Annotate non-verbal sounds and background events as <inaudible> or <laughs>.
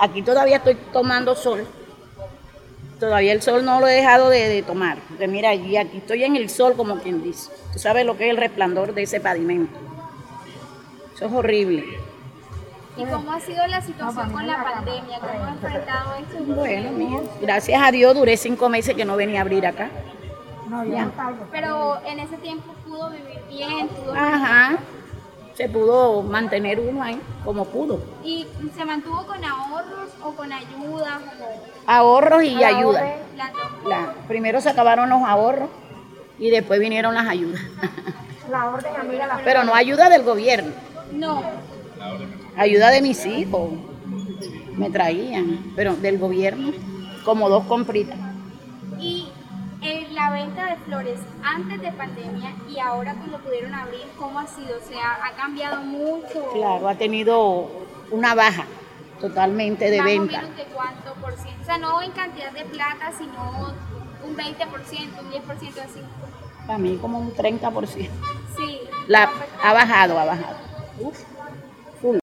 Aquí todavía estoy tomando sol. Todavía el sol no lo he dejado de, de tomar. Porque mira, allí, aquí estoy en el sol, como quien dice. Tú sabes lo que es el resplandor de ese pavimento. Eso es horrible. ¿Y cómo ha sido la situación con la pandemia? ¿Cómo ha enfrentado esto? Bueno, mía, gracias a Dios duré cinco meses que no venía a abrir acá. Ya. Pero en ese tiempo pudo vivir bien, pudo Ah. Ajá. Se pudo mantener uno ahí como pudo. ¿Y se mantuvo con ahorros o con ayudas? Ahorros y ayuda. Las dos cosas. La- primero se acabaron los ahorros y después vinieron las ayudas. <laughs> La orden amiga la Pero no ayuda del gobierno, No, ayuda de mis hijos. Me traían, pero del gobierno, como dos compritas. Y eh, la venta de flores antes de pandemia y ahora cuando pudieron abrir, ¿cómo ha sido? O sea, ha cambiado mucho. Claro, ha tenido una baja totalmente de más venta. o menos de cuánto por ciento. O sea, no en cantidad de plata, sino un 20%, un 10% así. Para mí como un 30%. Sí. La, afectado. ha bajado, ha bajado. Uf.